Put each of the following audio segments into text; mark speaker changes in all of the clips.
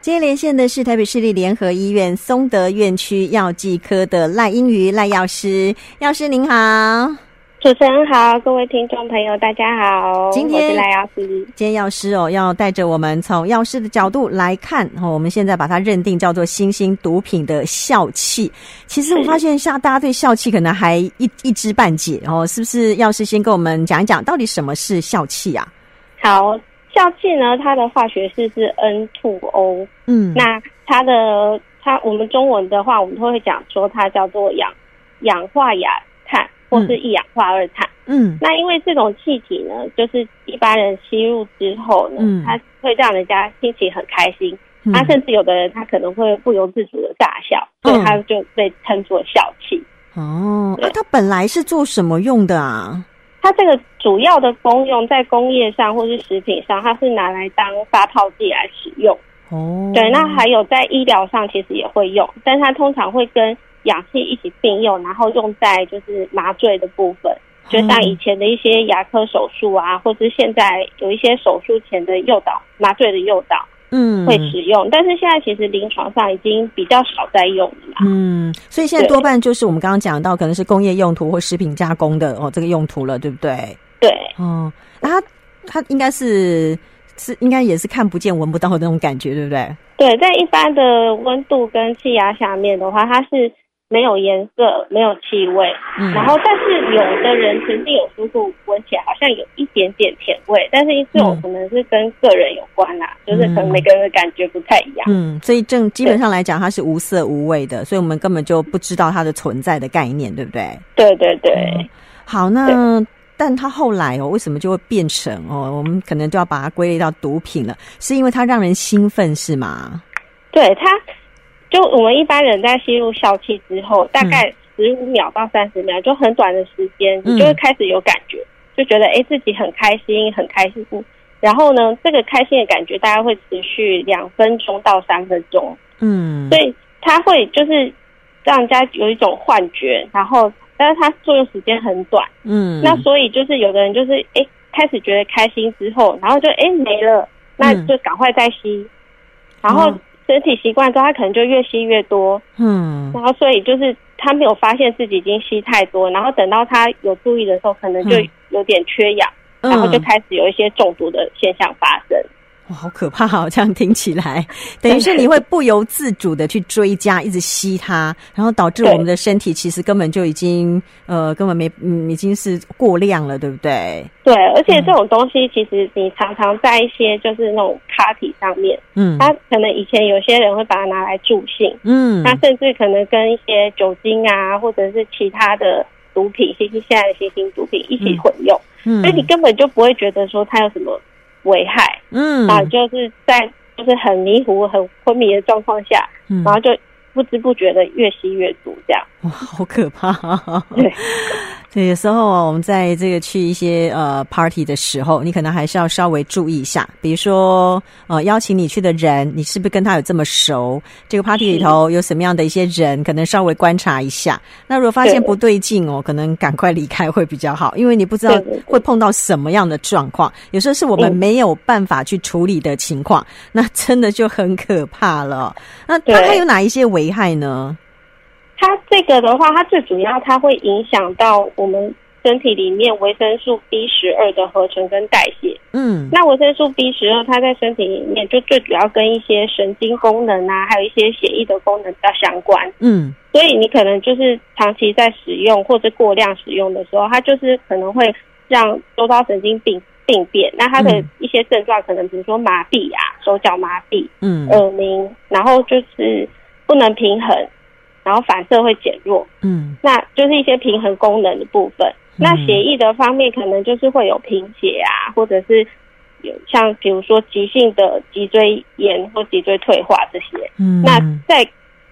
Speaker 1: 今天连线的是台北市立联合医院松德院区药剂科的赖英瑜赖药师，药师您好。
Speaker 2: 主持人好，各位听众朋友，大家好，
Speaker 1: 今天
Speaker 2: 我是赖药师。
Speaker 1: 今天药师哦，要带着我们从药师的角度来看，哦，我们现在把它认定叫做新兴毒品的笑气。其实我发现，像大家对笑气可能还一一知半解哦，是不是？药师先跟我们讲一讲，到底什么是笑气啊？
Speaker 2: 好，笑气呢，它的化学式是 N2O，、
Speaker 1: 嗯，
Speaker 2: 那它的它我们中文的话，我们都会讲说它叫做氧氧化亚碳或是一氧化二碳。
Speaker 1: 嗯
Speaker 2: 那因为这种气体呢，就是一般人吸入之后呢，
Speaker 1: 嗯
Speaker 2: 它会让人家心情很开心，
Speaker 1: 嗯
Speaker 2: 啊，甚至有的人他可能会不由自主的大笑，所以
Speaker 1: 嗯
Speaker 2: 他就被称作笑气。
Speaker 1: 哦，那、
Speaker 2: 对
Speaker 1: 它本来是做什么用的啊？
Speaker 2: 它这个主要的功用在工业上或是食品上，它是拿来当发泡剂来使用。
Speaker 1: 哦，
Speaker 2: 对，那还有在医疗上其实也会用，但它通常会跟氧气一起并用，然后用在就是麻醉的部分，就像
Speaker 1: 哦
Speaker 2: 以前的一些牙科手术啊，或是现在有一些手术前的诱导麻醉的诱导
Speaker 1: 嗯
Speaker 2: 会使用，但是现在其实临床上已经比较少在用了啦。
Speaker 1: 嗯，所以现在
Speaker 2: 对
Speaker 1: 多半就是我们刚刚讲到，可能是工业用途或食品加工的哦，这个用途了，对不对？
Speaker 2: 对，
Speaker 1: 哦，那它它应该是是应该也是看不见闻不到的那种感觉，对不对？
Speaker 2: 对，在一般的温度跟气压下面的话，它是没有颜色、没有气味。
Speaker 1: 嗯，
Speaker 2: 然后，但是有的人曾经有说过，闻起来好像有一点点甜味，但是这种
Speaker 1: 嗯
Speaker 2: 可能是跟个人有关啦、就是可
Speaker 1: 嗯
Speaker 2: 能每个人的感觉不太一样。
Speaker 1: 嗯，所以正基本上来讲，它是无色无味的，所以我们根本就不知道它的存在的概念，对不对？
Speaker 2: 对对对，
Speaker 1: 嗯好，那但它后来哦，为什么就会变成哦？我们可能就要把它归类到毒品了，是因为它让人兴奋是吗？
Speaker 2: 对它，就我们一般人在吸入笑气之后，大概十五秒到三十秒，就很短的时间，
Speaker 1: 嗯
Speaker 2: 你就会开始有感觉，就觉得哎自己很开心，很开心。然后呢，这个开心的感觉大概会持续两分钟到三分钟，
Speaker 1: 嗯，
Speaker 2: 所以它会就是让人家有一种幻觉，然后但是它作用时间很短，
Speaker 1: 嗯，
Speaker 2: 那所以就是有的人就是哎开始觉得开心之后，然后就哎没了，那就赶快再吸，然后
Speaker 1: 嗯哦
Speaker 2: 身体习惯之后，他可能就越吸越多，
Speaker 1: 嗯
Speaker 2: 然后所以就是他没有发现自己已经吸太多，然后等到他有注意的时候，可能就
Speaker 1: 嗯
Speaker 2: 有点缺氧，
Speaker 1: 嗯，
Speaker 2: 然后就开始有一些中毒的现象发生。
Speaker 1: 哇，好可怕哦！这样听起来，等于是你会不由自主的去追加，一直吸它，然后导致
Speaker 2: 对
Speaker 1: 我们的身体其实根本就已经呃，根本没嗯，已经是过量了，对不对？
Speaker 2: 对，而且
Speaker 1: 嗯
Speaker 2: 这种东西其实你常常在一些就是那种 party 上面，
Speaker 1: 嗯
Speaker 2: 他可能以前有些人会把它拿来助兴，
Speaker 1: 嗯
Speaker 2: 那甚至可能跟一些酒精啊，或者是其他的毒品，新兴现在的新兴毒品一起混用，
Speaker 1: 嗯
Speaker 2: 所以你根本就不会觉得说它有什么危害，
Speaker 1: 嗯
Speaker 2: 啊，就是在就是很迷糊、很昏迷的状况下，
Speaker 1: 嗯
Speaker 2: 然后就不知不觉的越吸越毒这样。
Speaker 1: 哇，好可怕、
Speaker 2: 对，
Speaker 1: 对，有时候啊我们在这个去一些呃 party 的时候，你可能还是要稍微注意一下，比如说呃邀请你去的人，你是不是跟他有这么熟？这个 party 里头有什么样的一些人，可能稍微观察一下。那如果发现
Speaker 2: 对
Speaker 1: 不对劲哦，可能赶快离开会比较好，因为你不知道
Speaker 2: 对对对
Speaker 1: 会碰到什么样的状况。有时候是我们
Speaker 2: 嗯
Speaker 1: 没有办法去处理的情况，那真的就很可怕了。那它
Speaker 2: 对
Speaker 1: 还有哪一些危害呢？
Speaker 2: 它这个的话，它最主要它会影响到我们身体里面维生素 B 十二的合成跟代谢。
Speaker 1: 嗯
Speaker 2: 那维生素 B 十二，它在身体里面就最主要跟一些神经功能啊，还有一些血液的功能比较相关。
Speaker 1: 嗯
Speaker 2: 所以你可能就是长期在使用或者过量使用的时候，它就是可能会让周遭神经病病变。那它的
Speaker 1: 嗯
Speaker 2: 一些症状可能比如说麻痹啊，手脚麻痹、
Speaker 1: 嗯
Speaker 2: 耳鸣，然后就是不能平衡，然后反射会减弱。
Speaker 1: 嗯
Speaker 2: 那就是一些平衡功能的部分。那血液的方面，可能就是会有贫血啊，或者是有像比如说急性的脊椎炎或脊椎退化这些。
Speaker 1: 嗯，
Speaker 2: 那再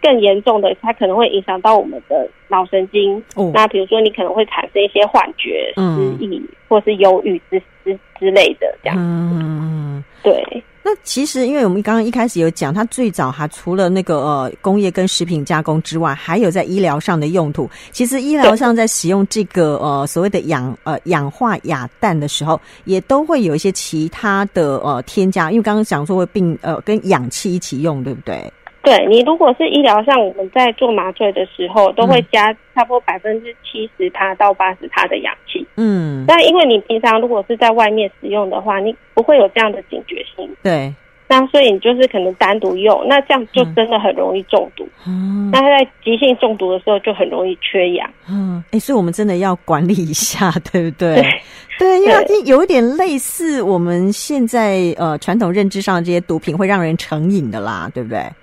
Speaker 2: 更严重的，它可能会影响到我们的脑神经。
Speaker 1: 哦
Speaker 2: 那比如说，你可能会产生一些幻觉、
Speaker 1: 嗯
Speaker 2: 失忆，或是忧郁之之之类的，这样。
Speaker 1: 嗯，
Speaker 2: 对，
Speaker 1: 那其实，因为我们刚刚一开始有讲，它最早还除了那个呃工业跟食品加工之外，还有在医疗上的用途。其实医疗上在使用这个呃所谓的氧呃氧化亚氮的时候，也都会有一些其他的呃添加，因为刚刚讲说会并呃跟氧气一起用，对不对？
Speaker 2: 对你如果是医疗上，我们在做麻醉的时候
Speaker 1: 嗯
Speaker 2: 都会加差不多百分之七十帕到八十帕的氧气。
Speaker 1: 嗯，
Speaker 2: 但因为你平常如果是在外面使用的话，你不会有这样的警觉性，
Speaker 1: 对，
Speaker 2: 那所以你就是可能单独用，那这样就真的很容易中毒。
Speaker 1: 嗯
Speaker 2: 那它在急性中毒的时候就很容易缺氧。
Speaker 1: 嗯，哎，所以我们真的要管理一下， 对不对？对，因为它
Speaker 2: 对
Speaker 1: 有一点类似我们现在呃传统认知上的这些毒品会让人成瘾的啦，对不对？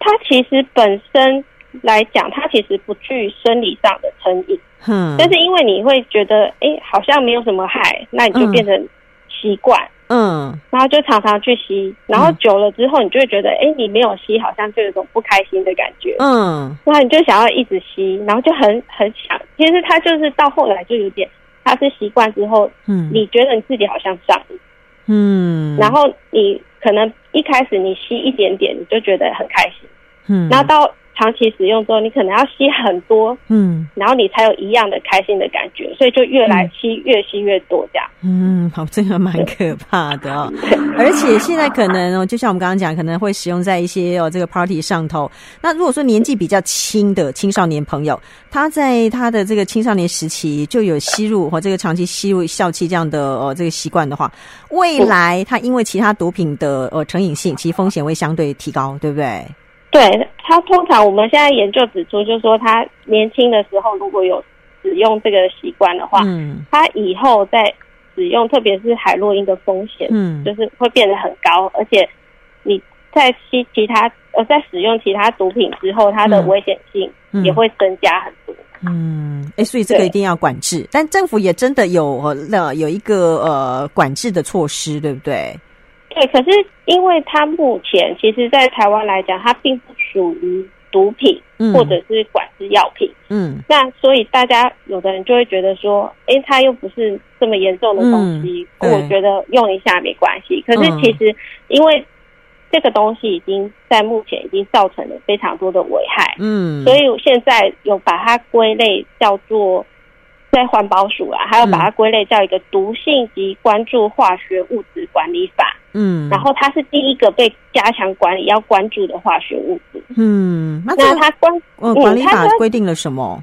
Speaker 2: 它其实本身来讲，它其实不具生理上的成瘾，
Speaker 1: 哼，
Speaker 2: 但是因为你会觉得，哎，好像没有什么害，那你就
Speaker 1: 嗯
Speaker 2: 变成习惯。
Speaker 1: 嗯，
Speaker 2: 然后就常常去吸，然后久了之后，你就会觉得，哎、你没有吸，好像就有一种不开心的感觉，
Speaker 1: 嗯
Speaker 2: 那你就想要一直吸，然后就很很想。其实它就是到后来就有点，它是习惯之后，
Speaker 1: 嗯，
Speaker 2: 你觉得你自己好像上瘾，
Speaker 1: 嗯，
Speaker 2: 然后你可能一开始你吸一点点，你就觉得很开心，
Speaker 1: 嗯，
Speaker 2: 然后到长期使用之后，你可能要吸很多，
Speaker 1: 嗯
Speaker 2: 然后你才有一样的开心的感觉，所以就越来吸越吸越多这样。
Speaker 1: 嗯，好，这个蛮可怕的 哦。而且现在可能哦，就像我们刚刚讲，可能会使用在一些哦这个 party 上头。那如果说年纪比较轻的青少年朋友，他在他的这个青少年时期就有吸入或这个长期吸入笑气这样的哦这个习惯的话，未来他因为其他毒品的呃成瘾性，其实风险会相对提高，对不对？
Speaker 2: 对他，通常我们现在研究指出，就是说他年轻的时候如果有使用这个习惯的话，
Speaker 1: 嗯
Speaker 2: 他以后在使用，特别是海洛因的风险，
Speaker 1: 嗯
Speaker 2: 就是会变得很高，而且你在吸其他呃在使用其他毒品之后，它的
Speaker 1: 嗯
Speaker 2: 危险性
Speaker 1: 嗯
Speaker 2: 也会增加很多。
Speaker 1: 嗯，哎、所以这个
Speaker 2: 对
Speaker 1: 一定要管制，但政府也真的有呃有一个呃管制的措施，对不对？
Speaker 2: 对，可是因为它目前其实，在台湾来讲，它并不属于毒品
Speaker 1: 嗯
Speaker 2: 或者是管制药品。
Speaker 1: 嗯
Speaker 2: 那所以大家有的人就会觉得说，诶，它又不是这么严重的东西，
Speaker 1: 嗯对
Speaker 2: 我觉得用一下没关系。可是
Speaker 1: 嗯
Speaker 2: 其实因为这个东西已经在目前已经造成了非常多的危害，
Speaker 1: 嗯，
Speaker 2: 所以现在有把它归类叫做在环保署啊，还有
Speaker 1: 嗯
Speaker 2: 把它归类叫一个毒性及关注化学物质管理法，
Speaker 1: 嗯，
Speaker 2: 然后它是第一个被加强管理要关注的化学物质。
Speaker 1: 嗯，那
Speaker 2: 那
Speaker 1: 这个
Speaker 2: 它关
Speaker 1: 呃
Speaker 2: 嗯
Speaker 1: 管理法
Speaker 2: 它
Speaker 1: 规定了什么？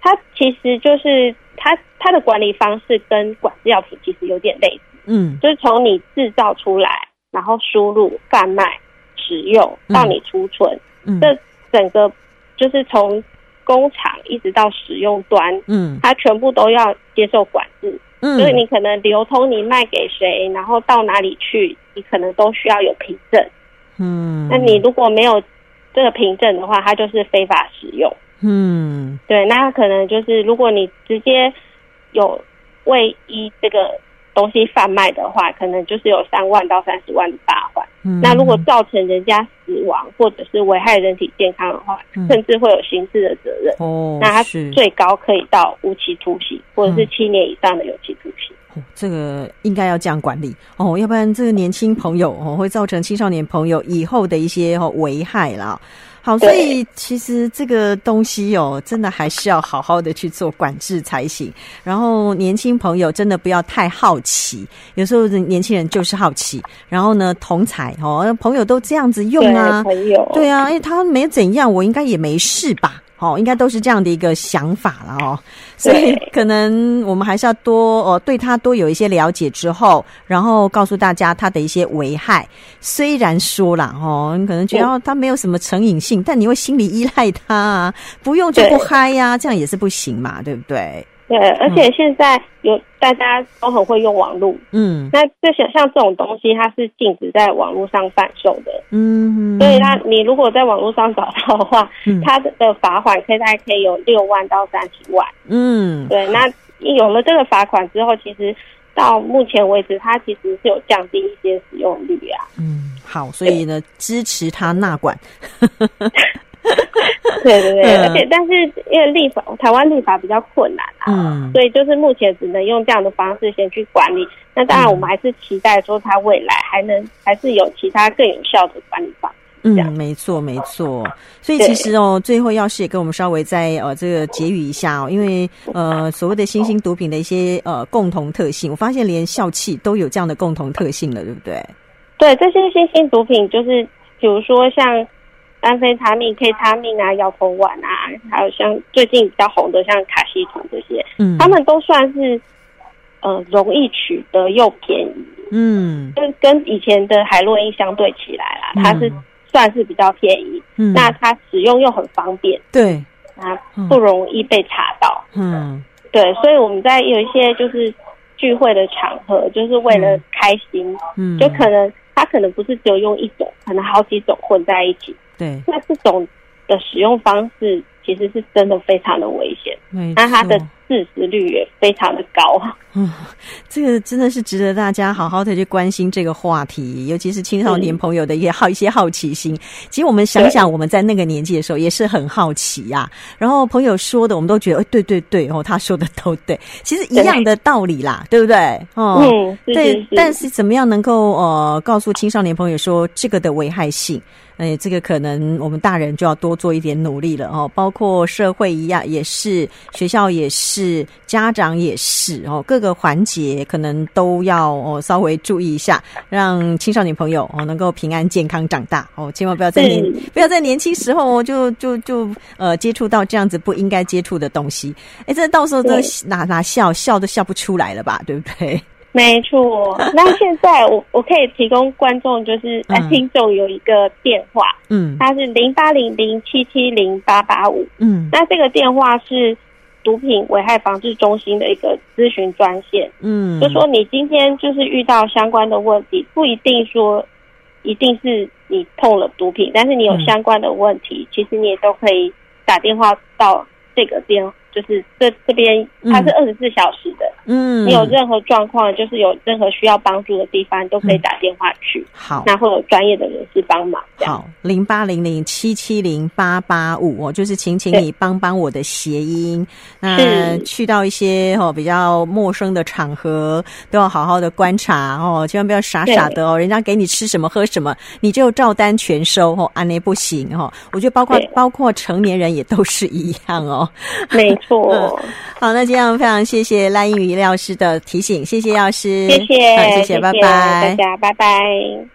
Speaker 2: 它其实就是它它的管理方式跟管制药品其实有点类似，
Speaker 1: 嗯
Speaker 2: 就是从你制造出来，然后输入、贩卖、使用到你储存，
Speaker 1: 嗯
Speaker 2: 这整个就是从工厂一直到使用端，
Speaker 1: 嗯
Speaker 2: 它全部都要接受管制。
Speaker 1: 嗯，
Speaker 2: 所以你可能流通，你卖给谁，然后到哪里去，你可能都需要有凭证。
Speaker 1: 嗯，
Speaker 2: 那你如果没有这个凭证的话，它就是非法使用。
Speaker 1: 嗯
Speaker 2: 对，那可能就是如果你直接有为医这个东西贩卖的话，可能就是有三万到三十万的罚款。
Speaker 1: 嗯，
Speaker 2: 那如果造成人家死亡或者是危害人体健康的话，
Speaker 1: 嗯
Speaker 2: 甚至会有刑事的责任。
Speaker 1: 哦，
Speaker 2: 那它
Speaker 1: 是嗯
Speaker 2: 最高可以到无期徒刑，或者是七年以上的有期徒刑。
Speaker 1: 哦这个应该要这样管理哦，要不然这个年轻朋友哦会造成青少年朋友以后的一些哦危害啦。好，所
Speaker 2: 对
Speaker 1: 以其实这个东西哦，真的还是要好好的去做管制才行。然后年轻朋友真的不要太好奇，有时候人年轻人就是好奇。然后呢，同才哦，朋友都这样子用啊，
Speaker 2: 对，朋友，
Speaker 1: 对啊，因为他没怎样，我应该也没事吧？哦，应该都是这样的一个想法了哦，所以
Speaker 2: 对
Speaker 1: 可能我们还是要多哦，对他多有一些了解之后，然后告诉大家他的一些危害。虽然说啦哦，你可能觉得
Speaker 2: 嗯
Speaker 1: 哦他没有什么成瘾性，但你会心理依赖他啊，不用就
Speaker 2: 对
Speaker 1: 不嗨呀、这样也是不行嘛，对不对？
Speaker 2: 对，而且现在有大家都很会用网络，
Speaker 1: 嗯
Speaker 2: 那这些像这种东西，它是禁止在网络上贩售的。
Speaker 1: 嗯，
Speaker 2: 所以它你如果在网络上找到的话，
Speaker 1: 嗯
Speaker 2: 它的罚款可以大概可以有六万到三十万。
Speaker 1: 嗯
Speaker 2: 对，那有了这个罚款之后，其实到目前为止，它其实是有降低一些使用率啊。
Speaker 1: 嗯，好，所以呢，支持他纳管。
Speaker 2: 对对对，
Speaker 1: 嗯
Speaker 2: 而且但是因为立法，台湾立法比较困难啊，
Speaker 1: 嗯，
Speaker 2: 所以就是目前只能用这样的方式先去管理。那当然，
Speaker 1: 嗯
Speaker 2: 我们还是期待说它未来还能还是有其他更有效的管理方式。这
Speaker 1: 嗯，
Speaker 2: 样
Speaker 1: 没错没错。所以
Speaker 2: 对
Speaker 1: 其实哦，最后要是也跟我们稍微再呃这个结语一下哦，因为呃所谓的新兴毒品的一些呃共同特性，我发现连笑气都有这样的共同特性了，对不对？
Speaker 2: 对，这些新兴毒品就是，比如说像安非他命、K 他命啊、摇头丸啊，还有像最近比较红的像卡西酮这些，
Speaker 1: 嗯，
Speaker 2: 他们都算是呃容易取得又便宜，
Speaker 1: 嗯
Speaker 2: 跟跟以前的海洛因相对起来啦，
Speaker 1: 嗯
Speaker 2: 它是算是比较便宜，
Speaker 1: 嗯，
Speaker 2: 那它使用又很方便，
Speaker 1: 对，
Speaker 2: 啊
Speaker 1: 嗯
Speaker 2: 不容易被查到。
Speaker 1: 嗯
Speaker 2: 对，所以我们在有一些就是聚会的场合，就是为了
Speaker 1: 嗯
Speaker 2: 开心，
Speaker 1: 嗯，
Speaker 2: 就可能它可能不是只有用一种，可能好几种混在一起。
Speaker 1: 对，嗯
Speaker 2: 那这种的使用方式其实是真的非常的危险，
Speaker 1: 没
Speaker 2: 那它的
Speaker 1: 错
Speaker 2: 致死率也非常的高。
Speaker 1: 嗯，这个真的是值得大家好好的去关心这个话题，尤其是青少年朋友的一些好一些好奇心。其实我们想想，我们在那个年纪的时候也是很好奇呀、然后朋友说的，我们都觉得，哎，对对对，哦，他说的都对。其实一样的道理啦，对不对？哦、
Speaker 2: 嗯，是是
Speaker 1: 对
Speaker 2: 是，，
Speaker 1: 但是怎么样能够呃告诉青少年朋友说这个的危害性？哎，这个可能我们大人就要多做一点努力了哦，包括社会一样也是，学校也是，家长也是哦，各个环节可能都要哦稍微注意一下，让青少年朋友哦能够平安健康长大哦，千万不要在年
Speaker 2: 嗯
Speaker 1: 不要在年轻时候哦就就就呃接触到这样子不应该接触的东西，哎，这到时候真的
Speaker 2: 对
Speaker 1: 哪哪笑笑都笑不出来了吧，对不对？
Speaker 2: 没错。那现在我我可以提供观众就是、呃
Speaker 1: 嗯
Speaker 2: 听众有一个电话，
Speaker 1: 嗯
Speaker 2: 它是零八零零七七零八八五。
Speaker 1: 嗯
Speaker 2: 那这个电话是毒品危害防治中心的一个咨询专线，
Speaker 1: 嗯，
Speaker 2: 就说你今天就是遇到相关的问题，不一定说一定是你碰了毒品，但是你有
Speaker 1: 嗯
Speaker 2: 相关的问题，其实你也都可以打电话到这个电，就是这这边它是二十四小时的，
Speaker 1: 嗯，
Speaker 2: 你有任何状况，就是有任何需要帮助的地方，你都可以
Speaker 1: 嗯
Speaker 2: 打电话去，
Speaker 1: 好。
Speaker 2: 那会有专业的人士帮忙。这样
Speaker 1: 好，零八零零七七零八八五，哦，就是请请
Speaker 2: 对
Speaker 1: 你帮帮我的谐音。那
Speaker 2: 是
Speaker 1: 去到一些哦比较陌生的场合，都要好好的观察哦，千万不要傻傻的哦，人家给你吃什么喝什么，你就照单全收哦，安内不行哦。我觉得包括
Speaker 2: 对
Speaker 1: 包括成年人也都是一样哦。
Speaker 2: 没错，
Speaker 1: 好，那这样非常谢谢嗯赖英宇廖师的提醒，谢谢药师，
Speaker 2: 谢谢
Speaker 1: 好，谢，谢，拜拜
Speaker 2: 大家，拜拜。